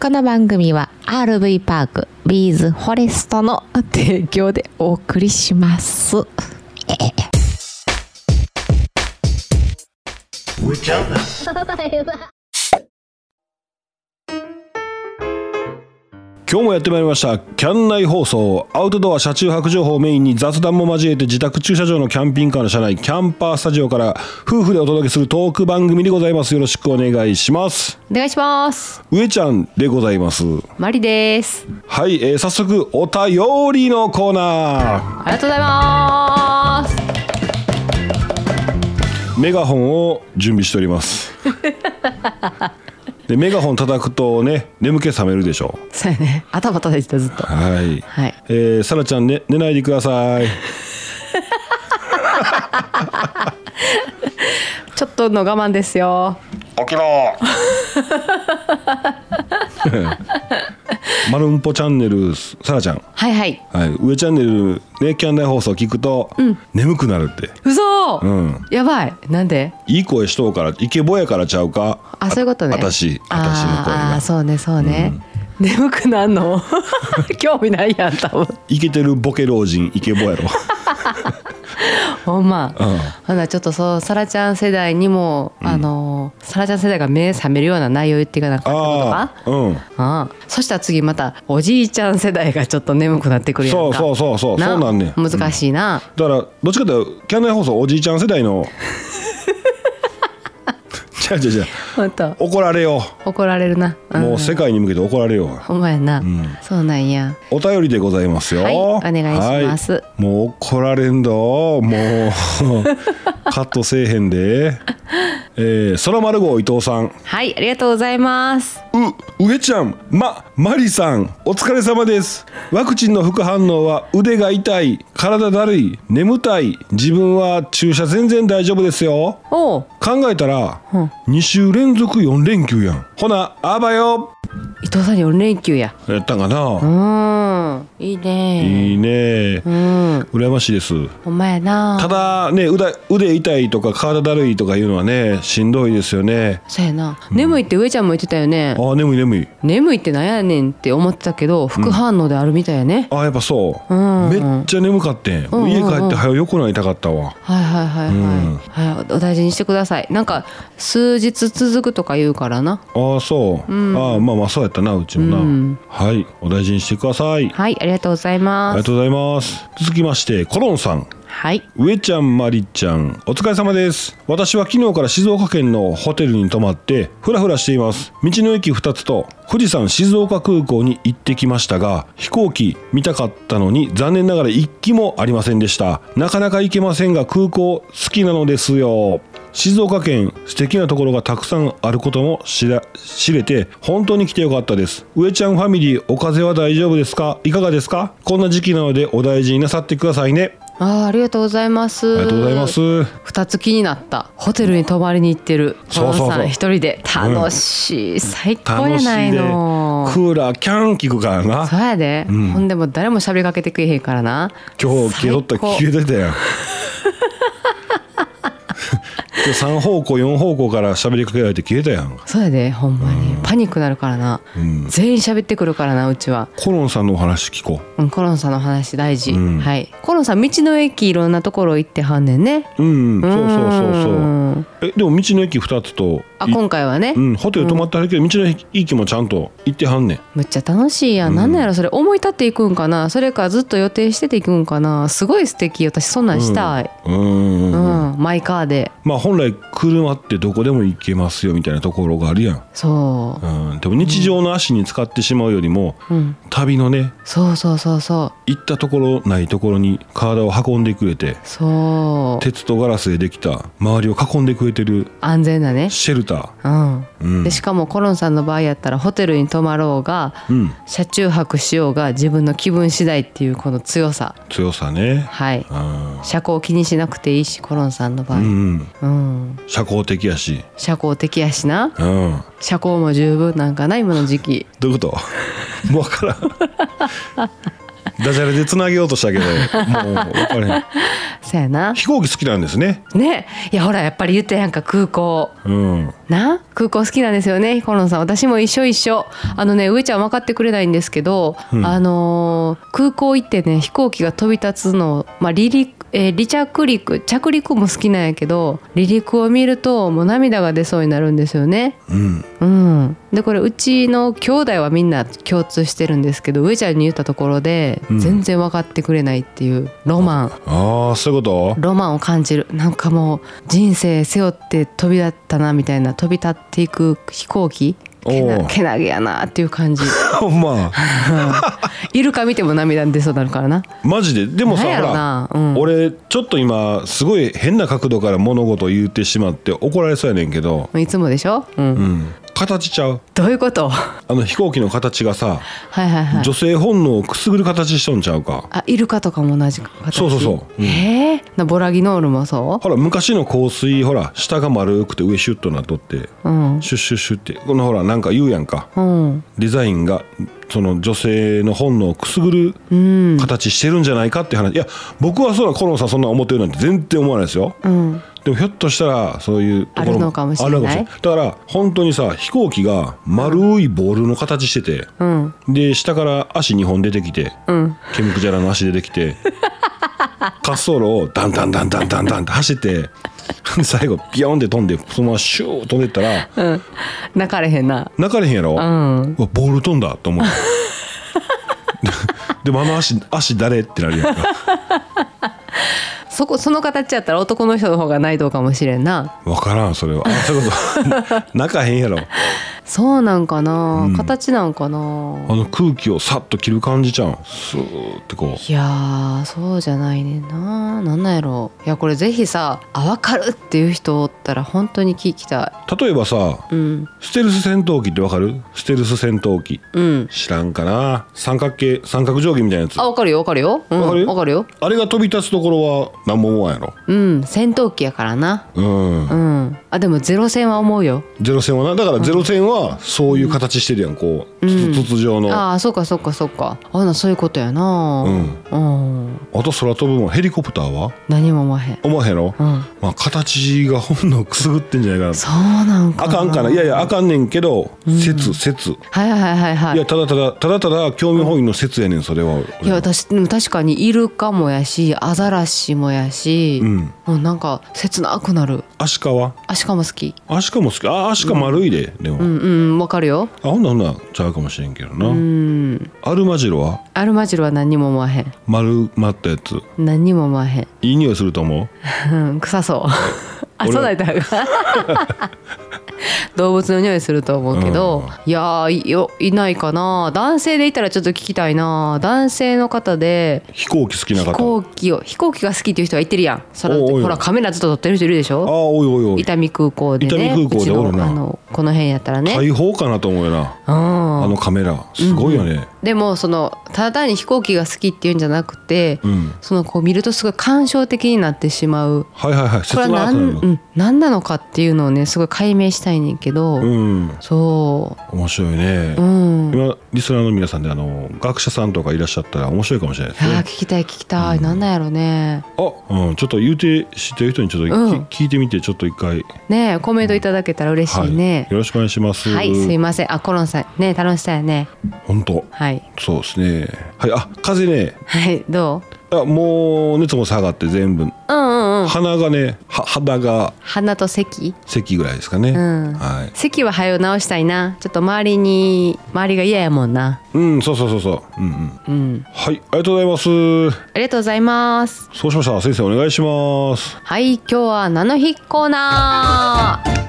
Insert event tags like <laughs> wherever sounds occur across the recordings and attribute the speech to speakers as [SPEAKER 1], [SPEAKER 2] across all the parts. [SPEAKER 1] この番組は RV パークビーズフォレストの提供でお送りします。
[SPEAKER 2] <laughs> 今日もやってまいりましたキャン内放送アウトドア車中泊情報をメインに雑談も交えて自宅駐車場のキャンピングカーの車内キャンパースタジオから夫婦でお届けするトーク番組でございますよろしくお願いします
[SPEAKER 1] お願いします。
[SPEAKER 2] 上ちゃんでございます
[SPEAKER 1] マリです。
[SPEAKER 2] はい、えー早速お便りのコーナ
[SPEAKER 1] ありがとうございます。
[SPEAKER 2] ーメガホンを準備しておりますでメガホン叩くとね眠気覚めるでしょ
[SPEAKER 1] そうやね。頭叩いてたずっと。
[SPEAKER 2] はい
[SPEAKER 1] はい。
[SPEAKER 2] えー、サラちゃん、ね、寝ないでくださ
[SPEAKER 1] <laughs>
[SPEAKER 2] い
[SPEAKER 1] ちょっとの我慢ですよ。
[SPEAKER 2] 起きろマルンポチャンネルさらちゃん、
[SPEAKER 1] はいはい。
[SPEAKER 2] はい、上チャンネルねキャンダイ放送聞くと、眠くなるって
[SPEAKER 1] 嘘、
[SPEAKER 2] うん
[SPEAKER 1] やばい。なんで？
[SPEAKER 2] いい声しとうからイケボやからちゃうか
[SPEAKER 1] あそういうことね。
[SPEAKER 2] 私私の声
[SPEAKER 1] あーあー
[SPEAKER 2] が
[SPEAKER 1] そうねそうね。眠くなんの <laughs> 興味ないやん多分
[SPEAKER 2] イケてるボケ老人イケボや
[SPEAKER 1] <laughs>
[SPEAKER 2] ろ
[SPEAKER 1] ほんま、
[SPEAKER 2] うん
[SPEAKER 1] ほなちょっとそうサラちゃん世代にも、あのーサラちゃん世代が目覚めるような内容言っていかなかったこと
[SPEAKER 2] あ
[SPEAKER 1] か
[SPEAKER 2] あうん
[SPEAKER 1] ああそしたら次またおじいちゃん世代がちょっと眠くなってくるやんか
[SPEAKER 2] そうそうそうそうそうなんねん
[SPEAKER 1] 難しいな、
[SPEAKER 2] だからどっちかというとキャンダイ放送おじいちゃん世代
[SPEAKER 1] <laughs>
[SPEAKER 2] のじゃあじゃあじゃあ
[SPEAKER 1] また
[SPEAKER 2] 怒られよ
[SPEAKER 1] 怒られるな、
[SPEAKER 2] うもう世界に向けて怒られよう
[SPEAKER 1] ほんまやな、そうなんや
[SPEAKER 2] お便りでございますよ。
[SPEAKER 1] はいお願いします
[SPEAKER 2] はいもう怒られんど、もう
[SPEAKER 1] <laughs>
[SPEAKER 2] カットせえへんで。えー、空丸号伊藤さん、
[SPEAKER 1] はいありがとうございます
[SPEAKER 2] う、うげちゃん、ま、まりさん、お疲れ様です。ワクチンの副反応は腕が痛い、体だるい、眠たい、自分は注射全然大丈夫ですよ。
[SPEAKER 1] おう
[SPEAKER 2] 考えたら、
[SPEAKER 1] うん
[SPEAKER 2] 2週連続4連休やん。ほな、あばよ。
[SPEAKER 1] 伊藤さん4連休や
[SPEAKER 2] やったんか
[SPEAKER 1] う
[SPEAKER 2] な。
[SPEAKER 1] ーんいいね
[SPEAKER 2] いいね。
[SPEAKER 1] うん
[SPEAKER 2] 羨ましいです。
[SPEAKER 1] ほんまやな
[SPEAKER 2] ただね腕腕痛いとか体だるいとかいうのはねしんどいですよね
[SPEAKER 1] そうやな眠いって上ちゃんも言ってたよね
[SPEAKER 2] あ、ー眠い眠い
[SPEAKER 1] 眠いってなんやねんって思ってたけど副反応であるみたいやね、
[SPEAKER 2] あーやっぱそう、
[SPEAKER 1] うん
[SPEAKER 2] めっちゃ眠かってん、
[SPEAKER 1] んうん
[SPEAKER 2] 家帰って早よくなりたかったわ
[SPEAKER 1] はいはいはいはい、
[SPEAKER 2] うん
[SPEAKER 1] はい、お大事にしてくださいなんか数日続くとか言うからな
[SPEAKER 2] あーそう、ああまあまあそうやったなうちもな、
[SPEAKER 1] うん
[SPEAKER 2] はいお大事にしてください
[SPEAKER 1] はいありがとうござい
[SPEAKER 2] あり
[SPEAKER 1] ま
[SPEAKER 2] が
[SPEAKER 1] す
[SPEAKER 2] とうございます続きましてコロンさん
[SPEAKER 1] はい
[SPEAKER 2] 上ちゃんまりちゃんお疲れ様です私は昨日から静岡県のホテルに泊まってふらふらしています道の駅2つと富士山静岡空港に行ってきましたが飛行機見たかったのに残念ながら1機もありませんでしたなかなか行けませんが空港好きなのですよ静岡県素敵なところがたくさんあることも知ら知れて本当に来てよかったです上ちゃんファミリーお風邪は大丈夫ですかいかがですかこんな時期なのでお大事になさってくださいね
[SPEAKER 1] あーありがとうございます
[SPEAKER 2] ありがとうございます
[SPEAKER 1] 二つ気になったホテルに泊まりに行ってる
[SPEAKER 2] そうそうそう
[SPEAKER 1] コロンさん一人で楽しい、最高
[SPEAKER 2] 楽
[SPEAKER 1] や
[SPEAKER 2] しい
[SPEAKER 1] ない
[SPEAKER 2] でク
[SPEAKER 1] の
[SPEAKER 2] ーラーキャン効くからな
[SPEAKER 1] そうやで、ほんでもう誰も喋りかけてくれへんからな
[SPEAKER 2] 今日気取った
[SPEAKER 1] 最高
[SPEAKER 2] 消えてた <laughs> やん今日3方向4方向から喋りかけられて消えたやん
[SPEAKER 1] そうやでほんまにパニックなるからな、全員喋ってくるからなうちは、
[SPEAKER 2] コロンさんのお話聞こ
[SPEAKER 1] うん、コロンさんの話大事、
[SPEAKER 2] うん
[SPEAKER 1] はいコロンさん道の駅いろんなところ行ってはんねんね
[SPEAKER 2] ううんそうそうそうそうんえでも道の駅2つと
[SPEAKER 1] あ
[SPEAKER 2] い
[SPEAKER 1] 今回はね、
[SPEAKER 2] うん、ホテル泊まってはるけど、道の駅もちゃんと行ってはんねん
[SPEAKER 1] むっちゃ楽しいやん、なんなんやろそれ思い立っていくんかなそれかずっと予定してていくんかなすごい素敵私そんなんしたい、
[SPEAKER 2] うんうん
[SPEAKER 1] う
[SPEAKER 2] うん
[SPEAKER 1] んマイカーで
[SPEAKER 2] まあ本来車ってどこでも行けますよみたいなところがあるやん、
[SPEAKER 1] そ
[SPEAKER 2] うん、でも日常の足に使ってしまうよりも、
[SPEAKER 1] う、うん、
[SPEAKER 2] 旅のね
[SPEAKER 1] そうそうそうそ
[SPEAKER 2] 行ったところないところに体を運んでくれて
[SPEAKER 1] うそう
[SPEAKER 2] 鉄とガラスでできた周りを囲んでくれてる
[SPEAKER 1] 安全だね
[SPEAKER 2] シェルタ
[SPEAKER 1] うん
[SPEAKER 2] ー、うん
[SPEAKER 1] でしかもコロンさんの場合やったらホテルに泊まろうが
[SPEAKER 2] うん、
[SPEAKER 1] 車中泊しようが自分の気分次第っていうこの強さ
[SPEAKER 2] 強さね
[SPEAKER 1] はい
[SPEAKER 2] あ
[SPEAKER 1] 社交気にしなくていいしコロンさんの場
[SPEAKER 2] ー、
[SPEAKER 1] 合、
[SPEAKER 2] う
[SPEAKER 1] うん
[SPEAKER 2] んうん、社交的やし、
[SPEAKER 1] 社交的やしな
[SPEAKER 2] うん、
[SPEAKER 1] 社交も十分なんかな今の時期 <laughs>
[SPEAKER 2] どういうこともう分からんダジャレでつなげようとしたけどもう分からへん
[SPEAKER 1] そやな
[SPEAKER 2] 飛行機好きなんですね
[SPEAKER 1] ねいやほらやっぱり言ったやんか空港
[SPEAKER 2] うん
[SPEAKER 1] な空港好きなんですよねヒコロンさん私も一緒一緒あのね上ちゃん分かってくれないんですけど、
[SPEAKER 2] うん
[SPEAKER 1] あのー空港行ってね飛行機が飛び立つの、まあ、離陸えー離着陸着陸も好きなんやけど離陸を見るともう涙が出そうになるんですよね
[SPEAKER 2] うん
[SPEAKER 1] うん、でこれうちの兄弟はみんな共通してるんですけど上ちゃんに言ったところで
[SPEAKER 2] うん
[SPEAKER 1] 全然分かってくれないっていうロマン、
[SPEAKER 2] ああそういうこと
[SPEAKER 1] ロマンを感じるなんかもう人生背負って飛び立ったなみたいな飛び立っていく飛行機け
[SPEAKER 2] お
[SPEAKER 1] な
[SPEAKER 2] う
[SPEAKER 1] けなげやなっていう感じ <laughs>
[SPEAKER 2] ほんま
[SPEAKER 1] イルカ見ても涙出そうになるからな
[SPEAKER 2] マジででもさ
[SPEAKER 1] なんやろ
[SPEAKER 2] ほ
[SPEAKER 1] な
[SPEAKER 2] ら、
[SPEAKER 1] うん
[SPEAKER 2] 俺ちょっと今すごい変な角度から物事を言ってしまって怒られそうやねんけど、
[SPEAKER 1] いつもでしょ、うん
[SPEAKER 2] うん、形ちゃう
[SPEAKER 1] どういうことは
[SPEAKER 2] あの飛行機の形がさ、
[SPEAKER 1] いはいはい
[SPEAKER 2] 女性本能をくすぐる形しとんちゃうか
[SPEAKER 1] あイルカとかも同じ形
[SPEAKER 2] そうそうそううん
[SPEAKER 1] へえなボラギノールもそ
[SPEAKER 2] ほら昔の香水ほら下が丸くて上シュッとなっとって
[SPEAKER 1] ううん
[SPEAKER 2] シュッシュッシュッってこのほらなんか言うやんか
[SPEAKER 1] うん
[SPEAKER 2] デザインがその女性の本能をくすぐる
[SPEAKER 1] うん
[SPEAKER 2] 形してるんじゃないかって話いや僕はそうだコロンさんそんな思ってるなんて全然思わないですよ
[SPEAKER 1] うん
[SPEAKER 2] でもひょっとしたらそういうところ
[SPEAKER 1] あるのかもしれない
[SPEAKER 2] あるのかもしれないだから本当にさ飛行機が丸いボールの形してて、
[SPEAKER 1] うん
[SPEAKER 2] で下から足2本出てきて、
[SPEAKER 1] うん
[SPEAKER 2] ケムクジャラの足出てき <laughs> て滑走路をダンダンダンダンダンダンって走って最後ビヨンって飛んでそのままシューッ飛んでったら
[SPEAKER 1] うん泣かれへんな
[SPEAKER 2] 泣かれへんやろ、う
[SPEAKER 1] うん
[SPEAKER 2] わボール飛んだと思 <laughs> ってでもあの足足誰ってなるやんか
[SPEAKER 1] そこその形やったら男の人の方がないとかもしれんな
[SPEAKER 2] 分からんそれはあそういうこと <laughs> 泣かへんやろ
[SPEAKER 1] そうなんかな、
[SPEAKER 2] うん
[SPEAKER 1] 形なんかな
[SPEAKER 2] あの空気をさっと切る感じじゃんスーってこ
[SPEAKER 1] いやーそうじゃないねんななんなんやろいやこれぜひさあわかるっていう人おったら本当に聞きた
[SPEAKER 2] う例えばさ
[SPEAKER 1] いうん
[SPEAKER 2] ステルス戦闘機ってわかるステルス戦闘機
[SPEAKER 1] うん
[SPEAKER 2] 知らんかな三角形三角定規みたいなやつ
[SPEAKER 1] あわかるよわかるようん
[SPEAKER 2] わかるよ
[SPEAKER 1] わかるよ
[SPEAKER 2] あれが飛び立つところは何も思わんやろ
[SPEAKER 1] うん戦闘機やからな
[SPEAKER 2] うん
[SPEAKER 1] うんあでもゼロ戦は思うよ
[SPEAKER 2] ゼロ戦はなだからゼロ戦はそういう形してるやんこう
[SPEAKER 1] うん
[SPEAKER 2] 筒筒状のあ
[SPEAKER 1] ああそうかそうかそうかあなそういうことやなうん
[SPEAKER 2] と空飛ぶもんヘリコプターは
[SPEAKER 1] 何も思わへん
[SPEAKER 2] 思わへんやろ
[SPEAKER 1] うん
[SPEAKER 2] まあ形が本能くすぐってんじゃないかな
[SPEAKER 1] そうなんか
[SPEAKER 2] あかんかないやいやあかんねんけど説説
[SPEAKER 1] はいはいはいはいい
[SPEAKER 2] やただただただただ興味本位の説やねんそれはい
[SPEAKER 1] や私でも確かにイルカもやしアザラシもやし、
[SPEAKER 2] うん
[SPEAKER 1] もうなんか切なくなる
[SPEAKER 2] アシカは
[SPEAKER 1] アシカも好き
[SPEAKER 2] アシカも好きあアシカ丸いで、でも、
[SPEAKER 1] うんうんわかるよ
[SPEAKER 2] あほんならほんならちゃうかもしれんけどな、
[SPEAKER 1] うん
[SPEAKER 2] アルマジロは
[SPEAKER 1] アルマジロは何にも思わへん
[SPEAKER 2] 丸まったやつ
[SPEAKER 1] 何にも思わへん
[SPEAKER 2] いい匂いすると思う
[SPEAKER 1] うん臭そうあ
[SPEAKER 2] 俺
[SPEAKER 1] そうだった
[SPEAKER 2] <laughs>
[SPEAKER 1] ら動物の匂いすると思うけど、いやーいよいないかな男性でいたらちょっと聞きたいな男性の方で
[SPEAKER 2] 飛行機好きな
[SPEAKER 1] 飛
[SPEAKER 2] 方
[SPEAKER 1] 行機を飛行機が好きっていう人がいてるやんそれ
[SPEAKER 2] おうおう
[SPEAKER 1] ほらカメラずっと撮ってる人いるでし
[SPEAKER 2] ああ
[SPEAKER 1] ょ
[SPEAKER 2] おいおいおい
[SPEAKER 1] 伊丹空港でね
[SPEAKER 2] 伊丹空港でおる
[SPEAKER 1] うち
[SPEAKER 2] な
[SPEAKER 1] のあのこの辺やったらね、
[SPEAKER 2] 大砲かなと思うよな
[SPEAKER 1] うん
[SPEAKER 2] あのカメラすごいよね
[SPEAKER 1] でもそのただ単に飛行機が好きっていうんじゃなくて、
[SPEAKER 2] うん、
[SPEAKER 1] そのこう見るとすごい感傷的になってしまう
[SPEAKER 2] はいはいはい切
[SPEAKER 1] これ
[SPEAKER 2] な
[SPEAKER 1] は
[SPEAKER 2] く
[SPEAKER 1] 何,、
[SPEAKER 2] な
[SPEAKER 1] う
[SPEAKER 2] る
[SPEAKER 1] ん、何なのかっていうのをねすごい解明したいねんけど、
[SPEAKER 2] うん
[SPEAKER 1] そ
[SPEAKER 2] 面白いね
[SPEAKER 1] う、う、ん
[SPEAKER 2] 今リスナーの皆さんであの学者さんとかいらっしゃったら面白いかもしれないで
[SPEAKER 1] い
[SPEAKER 2] す
[SPEAKER 1] や
[SPEAKER 2] ね
[SPEAKER 1] ー聞きたい聞きたい、なんなんやろね
[SPEAKER 2] あ、うん、ちょっと言うて知ってる人にちょっとき、
[SPEAKER 1] うん
[SPEAKER 2] 聞いてみてちょっと一回、
[SPEAKER 1] ねえコメントいただけたら嬉し
[SPEAKER 2] はいい
[SPEAKER 1] ね、
[SPEAKER 2] よろしくお願いします
[SPEAKER 1] はい、すいませんあコロンさんね楽しそうやね
[SPEAKER 2] 本当
[SPEAKER 1] はい
[SPEAKER 2] そうですねはいあ風邪ね
[SPEAKER 1] はいどう
[SPEAKER 2] あもう熱も下がって全部
[SPEAKER 1] うんうんうん
[SPEAKER 2] 鼻がねは肌が
[SPEAKER 1] 鼻と咳
[SPEAKER 2] 咳ぐらいですかね、
[SPEAKER 1] うん
[SPEAKER 2] はい
[SPEAKER 1] 咳は早う治したいなちょっと周りに周りが嫌やもんな
[SPEAKER 2] うんそうそうそうそううんうん
[SPEAKER 1] うん
[SPEAKER 2] はいありがとうございます
[SPEAKER 1] ありがとうございます
[SPEAKER 2] そうしましたら先生お願いします
[SPEAKER 1] はい今日は菜の日コーナー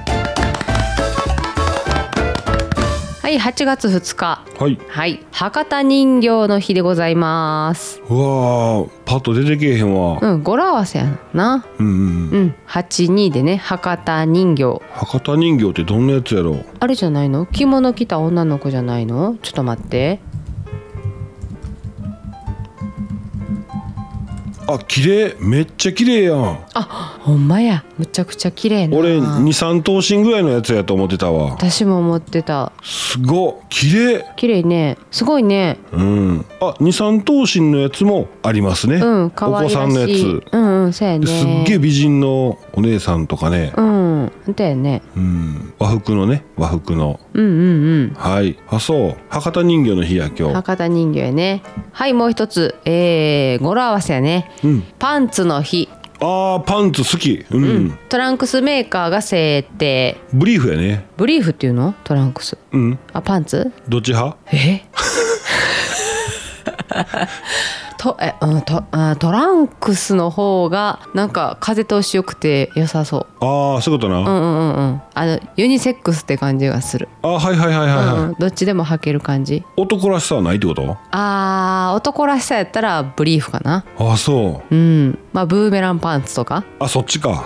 [SPEAKER 1] はい8月2日
[SPEAKER 2] はい
[SPEAKER 1] はい博多人形の日でございます
[SPEAKER 2] うわーパッと出てけえへんわ
[SPEAKER 1] うん語呂合わせやな
[SPEAKER 2] うんうんうん
[SPEAKER 1] うん82でね博多人形
[SPEAKER 2] 博多人形ってどんなやつやろう
[SPEAKER 1] あれじゃないの着物着た女の子じゃないのちょっと待って
[SPEAKER 2] あ綺麗めっちゃ綺麗やん
[SPEAKER 1] あほんまやむちゃくちゃ綺麗な
[SPEAKER 2] 俺23頭身ぐらいのやつやと思ってたわ
[SPEAKER 1] 私も思ってた
[SPEAKER 2] すごっ綺麗
[SPEAKER 1] 綺麗ねすごいね
[SPEAKER 2] うんあ23頭身のやつもありますね、
[SPEAKER 1] うん可
[SPEAKER 2] お
[SPEAKER 1] 愛
[SPEAKER 2] 子
[SPEAKER 1] らしい
[SPEAKER 2] さんのやつ
[SPEAKER 1] うんうんそうやね
[SPEAKER 2] すっげえ美人のお姉さんとかね、
[SPEAKER 1] うんだよね
[SPEAKER 2] うん、和服のね和服の
[SPEAKER 1] うんうん
[SPEAKER 2] はいあそう博多人形の日や
[SPEAKER 1] うん
[SPEAKER 2] 今日
[SPEAKER 1] 博多人形やねはいもう一つえー、語呂合わせやね、
[SPEAKER 2] うん
[SPEAKER 1] パンツの日
[SPEAKER 2] あーパンツ好きうん、
[SPEAKER 1] トランクスメーカーが制定
[SPEAKER 2] ブリーフやね
[SPEAKER 1] ブリーフっていうのトランクス
[SPEAKER 2] うん
[SPEAKER 1] あパンツ
[SPEAKER 2] どっち派
[SPEAKER 1] え <laughs> とえ、うん、とあトランクスの方がなんか風通しよくて良さそう
[SPEAKER 2] ああそういうことな、
[SPEAKER 1] うんうんうんうんあのユニセックスって感じがする、
[SPEAKER 2] あはいはいはいはい、はい
[SPEAKER 1] うんうん、どっちでも履ける感じ
[SPEAKER 2] 男らしさはないってこと
[SPEAKER 1] あー男らしさやったらブリーフかな
[SPEAKER 2] ああそう
[SPEAKER 1] うんまあブーメランパンツとか
[SPEAKER 2] あそっちか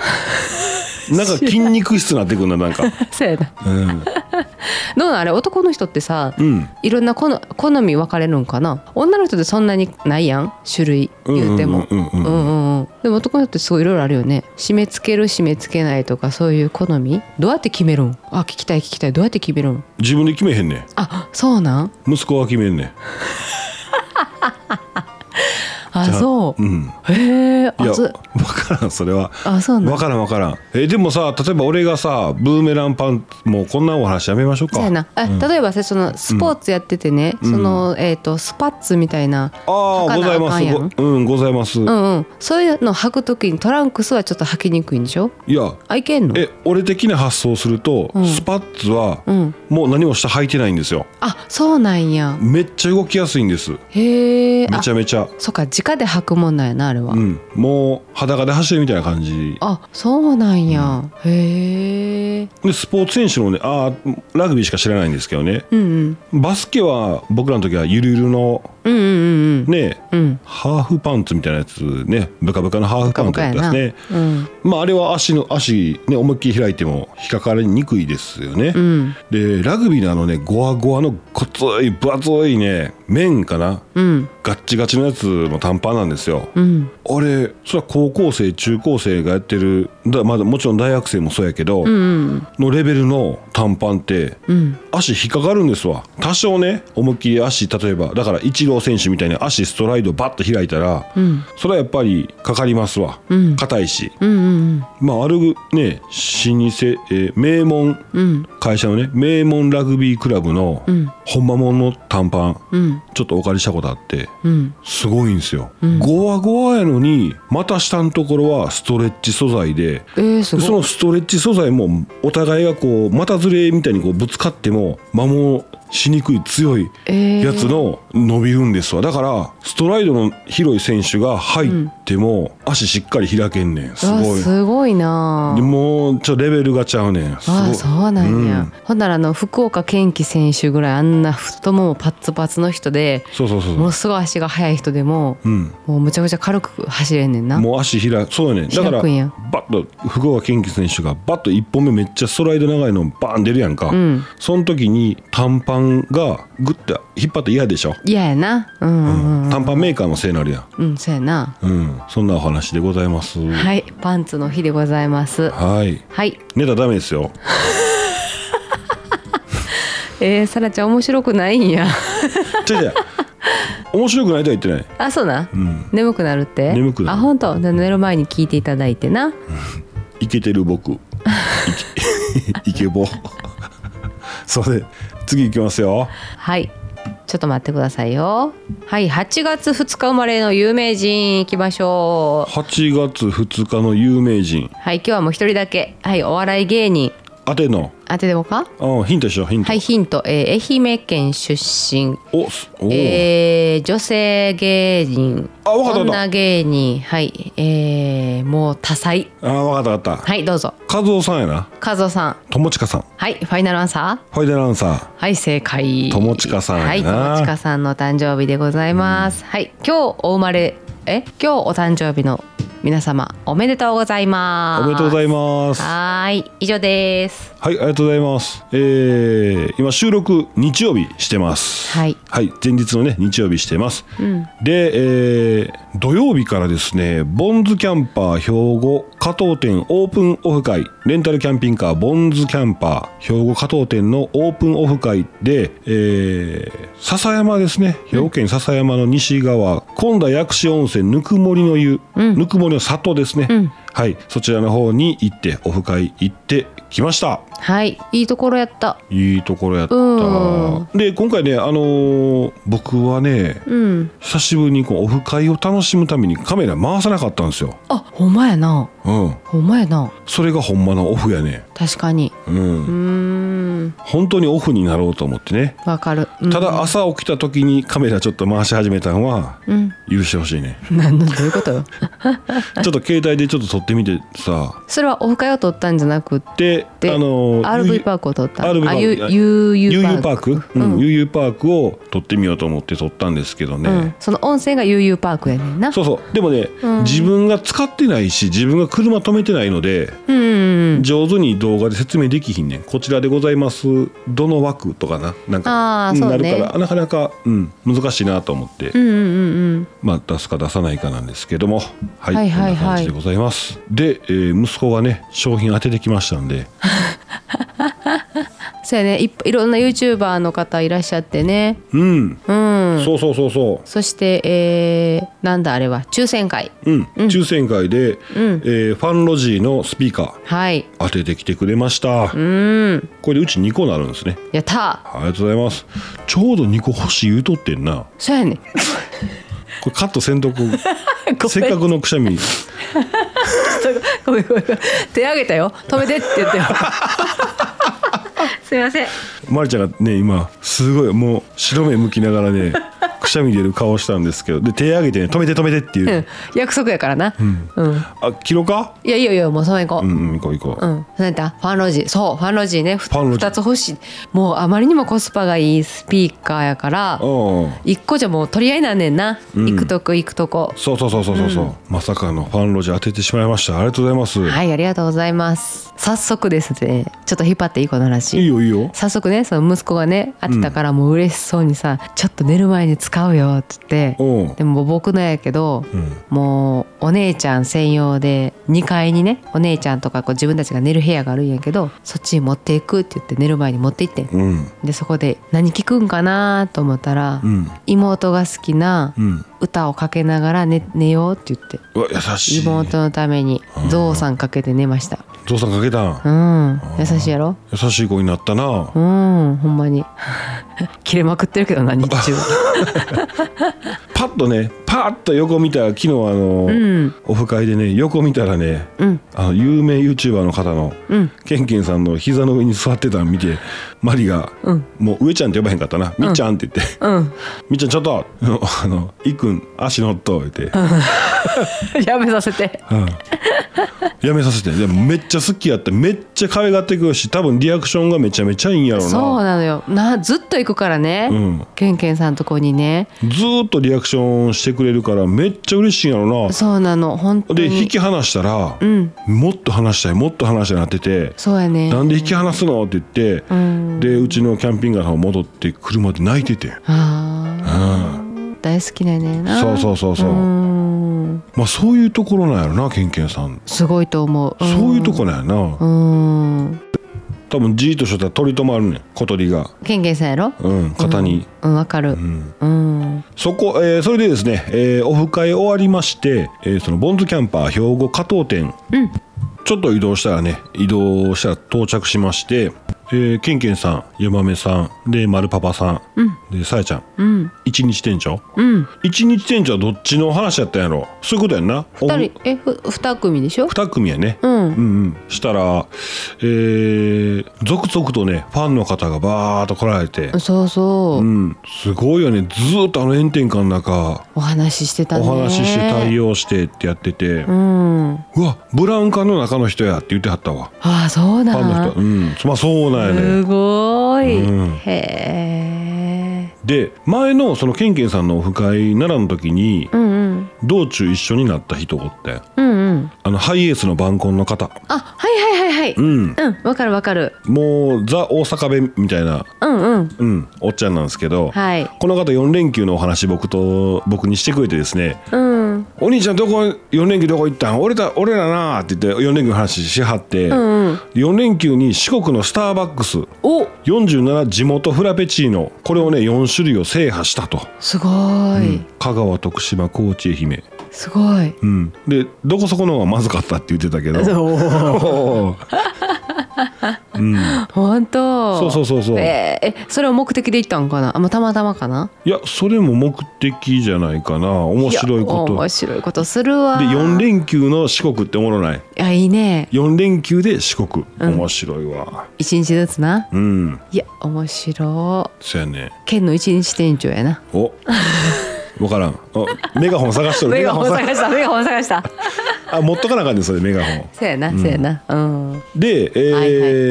[SPEAKER 2] なんか筋肉質なってくんななん
[SPEAKER 1] <laughs>
[SPEAKER 2] か
[SPEAKER 1] <laughs> そうやな
[SPEAKER 2] うん、
[SPEAKER 1] どうなんあれ男の人ってさ、
[SPEAKER 2] うん、
[SPEAKER 1] いろんな好好み分かれるんかな女の人ってそんなにないやん種類言うても
[SPEAKER 2] うんうんうんうん
[SPEAKER 1] うんうんうんでも男の人ってすごいいろいろあるよね締め付ける締め付けないとかそういう好みどうやって決めるんあ聞きたい聞きたいどうやって決めるん
[SPEAKER 2] 自分で決めへんねん
[SPEAKER 1] あそうなん
[SPEAKER 2] 息子は決めんねん
[SPEAKER 1] あそう
[SPEAKER 2] うん
[SPEAKER 1] うへ
[SPEAKER 2] い
[SPEAKER 1] え
[SPEAKER 2] や
[SPEAKER 1] あそ
[SPEAKER 2] 分からんそれは
[SPEAKER 1] あそうなん
[SPEAKER 2] 分からん分からんえでもさ例えば俺がさブーメランパンもうこんなお話やめましょうか
[SPEAKER 1] そうやなあ、例えばさそのスポーツやっててね、その、えー、とスパッツみたいな
[SPEAKER 2] ああ
[SPEAKER 1] 履
[SPEAKER 2] ご
[SPEAKER 1] か
[SPEAKER 2] ざ
[SPEAKER 1] ないあかんやん
[SPEAKER 2] ますごうんございます、
[SPEAKER 1] うんうんそういうの履くときにトランクスはちょっと履きにくいんでしょ
[SPEAKER 2] いや
[SPEAKER 1] あいけんの
[SPEAKER 2] え俺的な発想すると、
[SPEAKER 1] うん
[SPEAKER 2] スパッツは、
[SPEAKER 1] うん
[SPEAKER 2] もう何も下履いてないんですよ
[SPEAKER 1] あそうなんや
[SPEAKER 2] めっちゃ動きやすいんです
[SPEAKER 1] へえ
[SPEAKER 2] め
[SPEAKER 1] あ
[SPEAKER 2] ちゃめちゃ
[SPEAKER 1] そっか直で履くもんなんやなあれは、
[SPEAKER 2] うんもう裸で走るみたいな感じ
[SPEAKER 1] あそうなんや、へえ
[SPEAKER 2] でスポーツ選手のねあーラグビーしか知らないんですけどね
[SPEAKER 1] うんうん
[SPEAKER 2] バスケは僕らの時はゆるゆるの
[SPEAKER 1] うんうん
[SPEAKER 2] ね
[SPEAKER 1] うんうん
[SPEAKER 2] ハーフパンツみたいなやつねブカブカのハーフパンツだ
[SPEAKER 1] や
[SPEAKER 2] ったや
[SPEAKER 1] な、
[SPEAKER 2] つね
[SPEAKER 1] うん
[SPEAKER 2] まああれは足の足ね思いっきり開いても引っかかりにくいですよね、
[SPEAKER 1] うん
[SPEAKER 2] でラグビーのあのねゴワゴワのこつい分厚いね面かな
[SPEAKER 1] うん
[SPEAKER 2] ガッチガチのやつも短パンなんですよ、
[SPEAKER 1] うん
[SPEAKER 2] あれそれは高校生中高生がやってるだまだもちろん大学生もそうやけど、
[SPEAKER 1] うん
[SPEAKER 2] のレベルの短パンって、
[SPEAKER 1] うん
[SPEAKER 2] 足引っかかるんですわ多少ね思いっきり足例えばだからイチロー選手みたいに足ストライドバッと開いたら、
[SPEAKER 1] うん
[SPEAKER 2] それはやっぱりかかりますわ
[SPEAKER 1] うん
[SPEAKER 2] 硬、いし
[SPEAKER 1] うんうん
[SPEAKER 2] まああるね老舗、えー名門
[SPEAKER 1] うん
[SPEAKER 2] 会社のね名門ラグビークラブの、
[SPEAKER 1] ん
[SPEAKER 2] ほんまもんの短パン、
[SPEAKER 1] うん
[SPEAKER 2] ちょっとお借りしたことあって
[SPEAKER 1] うん
[SPEAKER 2] すごいんですよ、ゴワゴワやのにまた下のところはストレッチ素材で
[SPEAKER 1] えー、す
[SPEAKER 2] そ
[SPEAKER 1] ごい
[SPEAKER 2] のストレッチ素材もお互いがこう股ずれみたいにこうぶつかっても摩耗しにくい強い
[SPEAKER 1] えー
[SPEAKER 2] やつの伸びるんですわだからストライドの広い選手が入っても足しっかり開けんねんす
[SPEAKER 1] うわ
[SPEAKER 2] ごい
[SPEAKER 1] すごいなあ
[SPEAKER 2] でもうちょっとレベルがちゃうねんすごい
[SPEAKER 1] ああそうなんや、
[SPEAKER 2] うん
[SPEAKER 1] ほんならあの福岡堅樹選手ぐらいあんな太ももパッツパツの人で
[SPEAKER 2] そうそうそう
[SPEAKER 1] も
[SPEAKER 2] そう
[SPEAKER 1] のすごい足が速い人でも、
[SPEAKER 2] うん
[SPEAKER 1] もうむちゃくちゃ軽く走れんねんな
[SPEAKER 2] もう足開くそうやねんだから
[SPEAKER 1] 開くんや
[SPEAKER 2] バッと福岡堅樹選手がバッと1本目めっちゃストライド長いのバーン出るやんか、
[SPEAKER 1] ん
[SPEAKER 2] その時に短パンがグッて引っ張って嫌でしょ、
[SPEAKER 1] 嫌やなうんうんうん、
[SPEAKER 2] 短パンメーカーのせいになるやん
[SPEAKER 1] うん、そうやな。
[SPEAKER 2] うん、そんなお話でございます。は
[SPEAKER 1] はい、パンツの日でございます。
[SPEAKER 2] い。
[SPEAKER 1] はい、
[SPEAKER 2] ネタダメですよ。
[SPEAKER 1] えー、さらちゃん面白くないんや。 <laughs>
[SPEAKER 2] 違う違う。面白くないとは言ってない。
[SPEAKER 1] あ、そうな。
[SPEAKER 2] うん。
[SPEAKER 1] 眠くなるって。
[SPEAKER 2] 眠くなる
[SPEAKER 1] あ、本当。で寝る前に聞いていただいてな。
[SPEAKER 2] イケてる僕。イケ <laughs> イケボ。それ次行きますよ。
[SPEAKER 1] はい。ちょっと待ってくださいよ。はい、8月2日生まれの有名人行きましょう。
[SPEAKER 2] 8月2日の有名人。
[SPEAKER 1] はい、今日はもう一人だけ。はい、お笑い芸人。
[SPEAKER 2] アテの。
[SPEAKER 1] 当ててもか。
[SPEAKER 2] あ、ヒントしようヒント。
[SPEAKER 1] はい、ヒント。えー、愛媛県出身。
[SPEAKER 2] お、すおー、
[SPEAKER 1] えー女性芸人
[SPEAKER 2] あわかったわかった
[SPEAKER 1] 女芸人はいえーもう多彩
[SPEAKER 2] あ、わかったわかっ
[SPEAKER 1] はいどうぞ
[SPEAKER 2] た。和夫さんやな。
[SPEAKER 1] 和夫さん
[SPEAKER 2] 友近さん。
[SPEAKER 1] はいファイナルアンサー
[SPEAKER 2] ファイナルアンサ
[SPEAKER 1] はい正解
[SPEAKER 2] 友近さんやな
[SPEAKER 1] はい友近さんのお誕生日でございます、はい今日お生まれえ今日お誕生日の皆様おめでとうございま
[SPEAKER 2] お
[SPEAKER 1] す
[SPEAKER 2] めでとうござい
[SPEAKER 1] ま
[SPEAKER 2] ます
[SPEAKER 1] はーい以上です
[SPEAKER 2] はい、ありがとうございます。えー、今収録日曜日してます。
[SPEAKER 1] はい
[SPEAKER 2] 前日のね日曜日してます。で、えー土曜日からですね、ボンズキャンパー兵庫加藤店オープンオフ会、レンタルキャンピングカーボンズキャンパー兵庫加藤店のオープンオフ会で、えー笹山ですね、兵庫県笹山の西側、今度は薬師温泉ぬくもりの湯、ぬくもりの里ですね。はい、そちらの方に行ってオフ会行ってきました。
[SPEAKER 1] はいいいところやった
[SPEAKER 2] いいところやった
[SPEAKER 1] うん
[SPEAKER 2] で今回ねあのー僕はね、
[SPEAKER 1] うん
[SPEAKER 2] 久しぶりにこうオフ会を楽しむためにカメラ回さなかったんですよ
[SPEAKER 1] あほんまやな
[SPEAKER 2] うん
[SPEAKER 1] ほんまやな
[SPEAKER 2] それがほんまのオフやね
[SPEAKER 1] 確かに
[SPEAKER 2] うん、
[SPEAKER 1] うーん
[SPEAKER 2] 本当にオフになろうと思ってね
[SPEAKER 1] わかる、うん
[SPEAKER 2] ただ朝起きた時にカメラちょっと回し始めたのは
[SPEAKER 1] うん
[SPEAKER 2] 許してほしい
[SPEAKER 1] <laughs>
[SPEAKER 2] ね
[SPEAKER 1] 何のどういうことよ
[SPEAKER 2] ちょっと携帯でちょっと撮ってみてさ
[SPEAKER 1] それはオフ会を取ったんじゃなくて
[SPEAKER 2] で
[SPEAKER 1] で
[SPEAKER 2] あの
[SPEAKER 1] RV パークを取った
[SPEAKER 2] RV パーク
[SPEAKER 1] あゆ
[SPEAKER 2] あ
[SPEAKER 1] UU パー
[SPEAKER 2] パー
[SPEAKER 1] ク
[SPEAKER 2] ク UU パーク,、うん、UU パークを撮ってみようと思って撮ったんですけどね、
[SPEAKER 1] うん、その温泉が UU パークやねんな
[SPEAKER 2] そうそうでもね、
[SPEAKER 1] うん
[SPEAKER 2] 自分が使ってないし自分が車止めてないので
[SPEAKER 1] うんうんうん
[SPEAKER 2] 上手に動画で説明できひんねんこちらでございますどの枠とかななんか
[SPEAKER 1] あーそう
[SPEAKER 2] な
[SPEAKER 1] ね
[SPEAKER 2] るからなかなか、うん、難しいなと思って、
[SPEAKER 1] うんうんうん
[SPEAKER 2] まあ、出すか出さないかなんですけどもはい,、
[SPEAKER 1] はいはいはい
[SPEAKER 2] こんな感じでございますで、えー息子がね商品当ててきましたんで
[SPEAKER 1] そうやねいっぱいいろんな YouTuber の方いらっしゃってね
[SPEAKER 2] うん、
[SPEAKER 1] うん
[SPEAKER 2] そうそうそうそう
[SPEAKER 1] そして、えー、なんだあれは抽選会
[SPEAKER 2] うん、抽選会で、えーファンロジーのスピーカー
[SPEAKER 1] はい
[SPEAKER 2] 当ててきてくれました、
[SPEAKER 1] うん
[SPEAKER 2] これでうち2個なるんですね
[SPEAKER 1] やった
[SPEAKER 2] ありがとうございます。ちょうど2個欲しい言うとってんな。
[SPEAKER 1] そ
[SPEAKER 2] <laughs>
[SPEAKER 1] うやね
[SPEAKER 2] これカットせんとこ
[SPEAKER 1] <laughs> ごめん
[SPEAKER 2] せっかくのくしゃみ。
[SPEAKER 1] ごめんごめんごめん手挙げたよ止めてって言って
[SPEAKER 2] <laughs>
[SPEAKER 1] すいません
[SPEAKER 2] まりちゃんがね、今、すごい、もう白目向きながら
[SPEAKER 1] <laughs>
[SPEAKER 2] ね、くしゃみ出る顔したんですけど、で、手上げてね、止めて止めてっていうう。
[SPEAKER 1] ん約束やからなうん、
[SPEAKER 2] あ、切ろうか
[SPEAKER 1] いやいやいやもうその行こう、
[SPEAKER 2] うんうん、行こう行こう。
[SPEAKER 1] うん、そうやったファンロジーそうファンロジーねふ
[SPEAKER 2] ファンロジー
[SPEAKER 1] 2つ欲しいもうあまりにもコスパがいいスピーカーやから
[SPEAKER 2] おうん。
[SPEAKER 1] 1個じゃもう取り合いなんねんな、行くとこ行くとこ
[SPEAKER 2] そうそうそうそうそうそう、まさかのファンロジ当ててしまいました。ありがとうございます。
[SPEAKER 1] はいありがとうございます早速ですねちょっと引っ張っていいこの話
[SPEAKER 2] いいよいいよ。
[SPEAKER 1] 早速ねその息子がね会ってたからもう嬉しそうにさ、ちょっと寝る前に使うよ」って言って
[SPEAKER 2] おうん。
[SPEAKER 1] でも僕のやけど、
[SPEAKER 2] うん
[SPEAKER 1] もうお姉ちゃん専用で2階にねお姉ちゃんとかこう自分たちが寝る部屋があるんやけどそっちに持っていくって言って寝る前に持って行ってん
[SPEAKER 2] うん。
[SPEAKER 1] でそこで何聞くんかなと思ったら、
[SPEAKER 2] うん。
[SPEAKER 1] 妹が好きな
[SPEAKER 2] うん。
[SPEAKER 1] 歌をかけながら寝寝ようって言って
[SPEAKER 2] うわ、優しい。
[SPEAKER 1] 妹のためにゾウさんかけて寝ました
[SPEAKER 2] ゾウさんかけたん。
[SPEAKER 1] うん優しいやろ
[SPEAKER 2] 優しい子になったな。
[SPEAKER 1] うんほんまに <laughs> 切れまくってるけどな日
[SPEAKER 2] <laughs>
[SPEAKER 1] 中
[SPEAKER 2] パッとねパッと横見た昨日あの、
[SPEAKER 1] ん
[SPEAKER 2] オフ会でね横見たらね
[SPEAKER 1] うん
[SPEAKER 2] あの有名 YouTuber の方の、
[SPEAKER 1] うん
[SPEAKER 2] ケンケンさんの膝の上に座ってたの見てマリが、
[SPEAKER 1] うん
[SPEAKER 2] もう上ちゃんって呼ばへんかったな、みっちゃんって言って
[SPEAKER 1] うん
[SPEAKER 2] 「みっちゃんちょっと!」あの「いっくん足乗っと」言って、
[SPEAKER 1] やめさせて
[SPEAKER 2] うんやめさせてでもめっちゃ好きやってめっちゃ可愛がってくるし多分リアクションがめちゃめちゃいいんやろう
[SPEAKER 1] そう
[SPEAKER 2] な
[SPEAKER 1] なのよなずっと行くからね、
[SPEAKER 2] うん
[SPEAKER 1] けんけんさんとこにね
[SPEAKER 2] ずーっとリアクションしてくれるからめっちゃ嬉しいんやろうな
[SPEAKER 1] そうなの本当
[SPEAKER 2] で
[SPEAKER 1] に
[SPEAKER 2] 引き離したら、
[SPEAKER 1] うん
[SPEAKER 2] もっと話したいもっと話したいなってて
[SPEAKER 1] そうやね
[SPEAKER 2] なんで引き離すのって言って、
[SPEAKER 1] うん
[SPEAKER 2] でうちのキャンピングカーの方戻って車で泣いてて、
[SPEAKER 1] あ
[SPEAKER 2] うん
[SPEAKER 1] ー大好きだよねんな
[SPEAKER 2] そうそうそうそう
[SPEAKER 1] うん
[SPEAKER 2] まあ、そういうところなんやろなケンケンさん、
[SPEAKER 1] すごいと思う、ん
[SPEAKER 2] そういうとこなんやな
[SPEAKER 1] うん
[SPEAKER 2] 多分じーっとしとったら取り留まるねん小鳥が、
[SPEAKER 1] けんけんさんやろ
[SPEAKER 2] うん、肩に、
[SPEAKER 1] うんわかる
[SPEAKER 2] うん
[SPEAKER 1] うん
[SPEAKER 2] そこ、えーそれでですね、えーオフ会終わりまして、えーそのボンズキャンパー兵庫加藤店、
[SPEAKER 1] うん
[SPEAKER 2] ちょっと移動したらね移動したら到着しまして、えー、ケンケンさんヤマメさんで丸パパさん、でさやちゃん、
[SPEAKER 1] うん
[SPEAKER 2] 一日店長
[SPEAKER 1] うん
[SPEAKER 2] 一日店長はどっちの話やったんやろそういうことやんなお
[SPEAKER 1] 二人えふ二組でしょ
[SPEAKER 2] 二組やね、
[SPEAKER 1] うん
[SPEAKER 2] うんうんしたらえー、続々とねファンの方がバーッと来られて
[SPEAKER 1] そうそう、
[SPEAKER 2] うんすごいよねずーっとあの炎天下の中
[SPEAKER 1] お話ししてたね
[SPEAKER 2] お話しして対応してってやってて、
[SPEAKER 1] う
[SPEAKER 2] うん
[SPEAKER 1] あ
[SPEAKER 2] わブラウン管の中の人やって言ってはったわ
[SPEAKER 1] あそう
[SPEAKER 2] ファン
[SPEAKER 1] な
[SPEAKER 2] の人
[SPEAKER 1] ん
[SPEAKER 2] うんそまあそうなんやね
[SPEAKER 1] すごい、
[SPEAKER 2] うん
[SPEAKER 1] へえ
[SPEAKER 2] で前のそのケンケンさんのオフ会奈良の時に
[SPEAKER 1] うんうん
[SPEAKER 2] 道中一緒になった人おって
[SPEAKER 1] うんうん
[SPEAKER 2] あのハイエースの晩婚の方
[SPEAKER 1] あはいはいはいはい
[SPEAKER 2] うん
[SPEAKER 1] うんわかるわかる
[SPEAKER 2] もうザ大阪弁みたいな
[SPEAKER 1] うんうん
[SPEAKER 2] うんおっちゃんなんですけど、
[SPEAKER 1] はい
[SPEAKER 2] この方4連休のお話僕と僕にしてくれてですね
[SPEAKER 1] うん
[SPEAKER 2] 「お兄ちゃんどこ4連休どこ行ったん俺た俺らな」って言って4連休の話しはって、
[SPEAKER 1] んうん
[SPEAKER 2] 4連休に四国のスターバックス
[SPEAKER 1] お
[SPEAKER 2] 47地元フラペチーノこれをね4種類を制覇したと、
[SPEAKER 1] すごーい、
[SPEAKER 2] 香川徳島高知愛媛
[SPEAKER 1] すごい
[SPEAKER 2] うんでどこそこの方がまずかったって言ってたけど
[SPEAKER 1] <laughs>
[SPEAKER 2] うん、
[SPEAKER 1] 本当
[SPEAKER 2] そうそうそうそう
[SPEAKER 1] えーえそれを目的で行ったんかなあまあたまたまかない
[SPEAKER 2] やそれも目的じゃないかな面白いこと
[SPEAKER 1] や面白いことするわ
[SPEAKER 2] で4
[SPEAKER 1] い
[SPEAKER 2] 連休の四国っておもろない
[SPEAKER 1] やいいね
[SPEAKER 2] 4連休で四国
[SPEAKER 1] うん
[SPEAKER 2] 面白いわ
[SPEAKER 1] 一日ずつな
[SPEAKER 2] うん、
[SPEAKER 1] いや面白
[SPEAKER 2] そやね
[SPEAKER 1] い県の一日店長やな <laughs>
[SPEAKER 2] お分からんあメガホン探しとる
[SPEAKER 1] メガホン
[SPEAKER 2] メ
[SPEAKER 1] 探したメガホン探した
[SPEAKER 2] ガホンあ持っとかなあかんねんそれメガホン
[SPEAKER 1] そうやなそうやなうん
[SPEAKER 2] で、え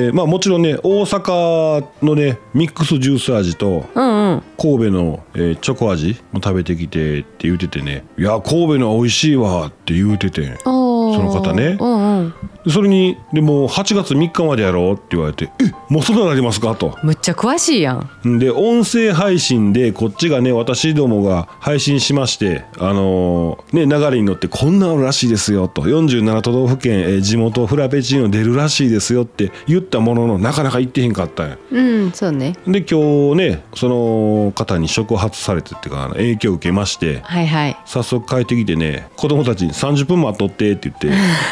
[SPEAKER 2] ー
[SPEAKER 1] はい
[SPEAKER 2] まあ、もちろんね大阪のねミックスジュース味と
[SPEAKER 1] うんうん
[SPEAKER 2] 神戸の、えーチョコ味も食べてきてって言うててね「いや神戸のは美味しいわ」って言うてて
[SPEAKER 1] おー
[SPEAKER 2] その方ね
[SPEAKER 1] うんうん
[SPEAKER 2] それに「でも8月3日までやろう」って言われて「えもうそんなになりますか?」と。
[SPEAKER 1] むっちゃ詳しいやん
[SPEAKER 2] で音声配信でこっちがね私どもが配信しましてあのーね流れに乗ってこんなのらしいですよと47都道府県、えー地元フラペチーノ出るらしいですよって言ったもののなかなか行ってへんかったんや
[SPEAKER 1] うんそうね
[SPEAKER 2] で今日ねその方に触発されてっていうかあの影響を受けまして
[SPEAKER 1] はいはい
[SPEAKER 2] 早速帰ってきてね子供たちに30分待っとってって言
[SPEAKER 1] <laughs>
[SPEAKER 2] って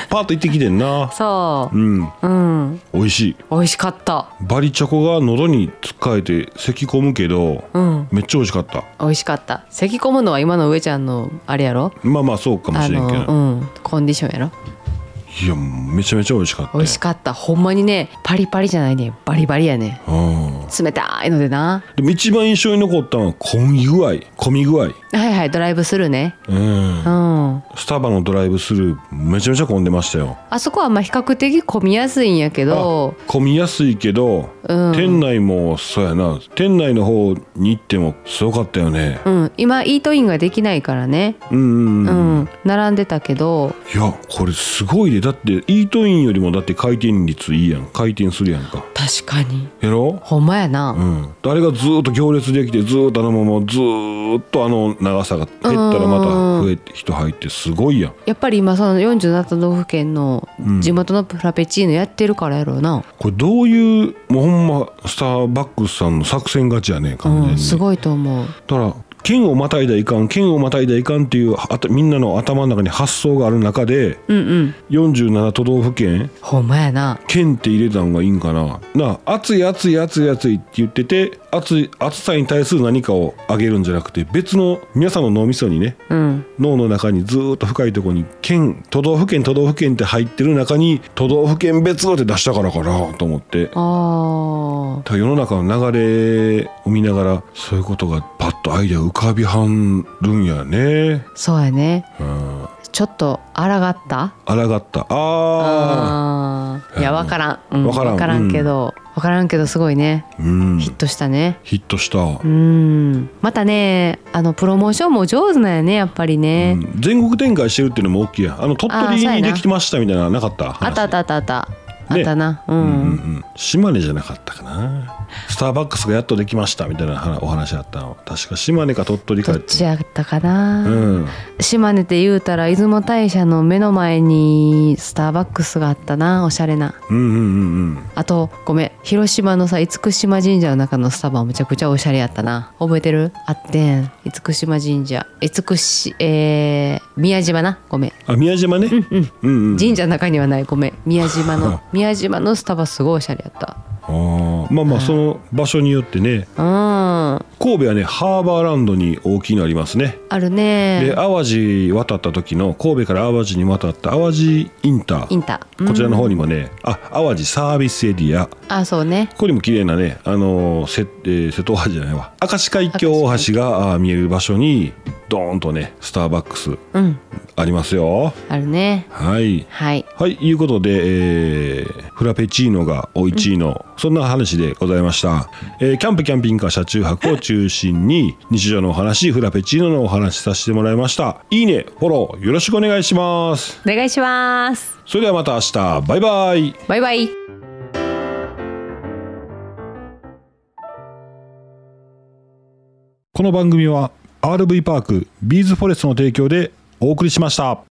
[SPEAKER 2] パーッと行ってきてんな
[SPEAKER 1] そう
[SPEAKER 2] うん
[SPEAKER 1] うん
[SPEAKER 2] 美味しい
[SPEAKER 1] 美味しかった
[SPEAKER 2] バリチョコが喉につっかえて咳込むけど、
[SPEAKER 1] うん
[SPEAKER 2] めっちゃ美味しかった
[SPEAKER 1] 美味しかった咳込むのは今の上ちゃんのあれやろ
[SPEAKER 2] まあまあそうかも
[SPEAKER 1] あ
[SPEAKER 2] しれんけど、
[SPEAKER 1] のうんコンディションやろ
[SPEAKER 2] いやめちゃめちゃ美味しかった
[SPEAKER 1] 美味しかったほんまにねパリパリじゃないねバリバリやね
[SPEAKER 2] うん
[SPEAKER 1] 冷たいのでな
[SPEAKER 2] でも一番印象に残ったのは混み具合混み具合
[SPEAKER 1] はいはいドライブするね
[SPEAKER 2] うん
[SPEAKER 1] うん
[SPEAKER 2] スタバのドライブスルーめちゃめちゃ混んでましたよ
[SPEAKER 1] あそこはまあ比較的混みやすいんやけど
[SPEAKER 2] あ混みやすいけど、
[SPEAKER 1] うん
[SPEAKER 2] 店内もそうやな店内の方に行ってもすごかったよね
[SPEAKER 1] うん今イートインができないからね
[SPEAKER 2] うんうん
[SPEAKER 1] う
[SPEAKER 2] うん、い
[SPEAKER 1] ん、並んでたけど
[SPEAKER 2] やこれすごいでだってイートインよりもだって回転率いいやん回転するやんか
[SPEAKER 1] 確かに
[SPEAKER 2] やろ
[SPEAKER 1] ほんまや
[SPEAKER 2] う、
[SPEAKER 1] なん
[SPEAKER 2] あれがずーっと行列できてずーっとあのままずーっとあの長さが減ったらまた増えて人入ってすごいやん
[SPEAKER 1] やっぱり今その47都道府県の
[SPEAKER 2] うん
[SPEAKER 1] 地元のフラペチーノやってるからやろうな、
[SPEAKER 2] これどういうもうほんまスターバックスさんの作戦勝ちやね
[SPEAKER 1] う
[SPEAKER 2] 完全
[SPEAKER 1] ん
[SPEAKER 2] に、
[SPEAKER 1] すごいと思う
[SPEAKER 2] だから県をまたいだいかん県をまたいだいかんっていうあたみんなの頭の中に発想がある中で
[SPEAKER 1] うんうん
[SPEAKER 2] 47都道府県
[SPEAKER 1] ほんまやな
[SPEAKER 2] 県って入れたのがいいんかななあ暑い暑い暑い暑いって言ってて暑い暑さに対する何かをあげるんじゃなくて別の皆さんの脳みそにね
[SPEAKER 1] うん
[SPEAKER 2] 脳の中にずーっと深いところに県都道府県都道府県って入ってる中に都道府県別をって出したからかなと思ってだか
[SPEAKER 1] あー
[SPEAKER 2] ら世の中の流れを見ながらそういうことがパッとアイデア浮かびはんるんやね
[SPEAKER 1] そうやね
[SPEAKER 2] うん
[SPEAKER 1] ちょっと抗った
[SPEAKER 2] 抗ったああ
[SPEAKER 1] あーいや分からん、うん、
[SPEAKER 2] わからん
[SPEAKER 1] わけど、わからんけどすごいね
[SPEAKER 2] うん
[SPEAKER 1] ヒットしたね
[SPEAKER 2] ヒットした、う
[SPEAKER 1] うんまたねあのプロモーションも上手なんやねやっぱりね、
[SPEAKER 2] 全国展開してるっていうのも大きいやんあの鳥
[SPEAKER 1] あー
[SPEAKER 2] 取
[SPEAKER 1] そうや
[SPEAKER 2] に
[SPEAKER 1] な
[SPEAKER 2] できましたみたいなのなかった話
[SPEAKER 1] あったあったあったあった、あ
[SPEAKER 2] ね
[SPEAKER 1] ったなう、
[SPEAKER 2] うんんうんうん島根じゃなかったかなスターバックスがやっとできましたみたいな話お話あったの確か島根か鳥取か
[SPEAKER 1] どっちやったかな、
[SPEAKER 2] うん
[SPEAKER 1] 島根って言うたら出雲大社の目の前にスターバックスがあったなおしゃれな
[SPEAKER 2] うんうんうんうん
[SPEAKER 1] あとごめん広島のさ厳島神社の中のスタバむちゃくちゃおしゃれやったな覚えてるあってん厳島神社厳しえー、宮島なごめん
[SPEAKER 2] あ宮島ねうんうんうん
[SPEAKER 1] 神社の中にはないごめん宮島の宮島のスタバすごいおしゃれやった
[SPEAKER 2] あーまあまあその場所によってね
[SPEAKER 1] うん
[SPEAKER 2] 神戸はねハーバーランドに大きいのありますね
[SPEAKER 1] ある
[SPEAKER 2] で
[SPEAKER 1] ね
[SPEAKER 2] 淡路渡った時の神戸から淡路に渡った淡路インター
[SPEAKER 1] インター
[SPEAKER 2] こちらの
[SPEAKER 1] うん
[SPEAKER 2] 方にもね、あ淡路サービスエリア
[SPEAKER 1] あそうね
[SPEAKER 2] ここにも綺麗なね、あのーせえー瀬戸大橋じゃないわ明石海峡大橋があー見える場所にドーンとねスターバックス
[SPEAKER 1] うん
[SPEAKER 2] ありますよ
[SPEAKER 1] あるね
[SPEAKER 2] はい
[SPEAKER 1] はい
[SPEAKER 2] はいいうことで、えーフラペチーノがおいちいの、そんな話でございました、えーキャンプキャンピングカー車中泊を中心に日常のお話フラペチーノのお話させてもらいましたいいねフォローよろしくお願いします
[SPEAKER 1] お願いします
[SPEAKER 2] それではまた明日バイバイ
[SPEAKER 1] バイバイ
[SPEAKER 2] この番組は RV パークビーズフォレストの提供でお送りしました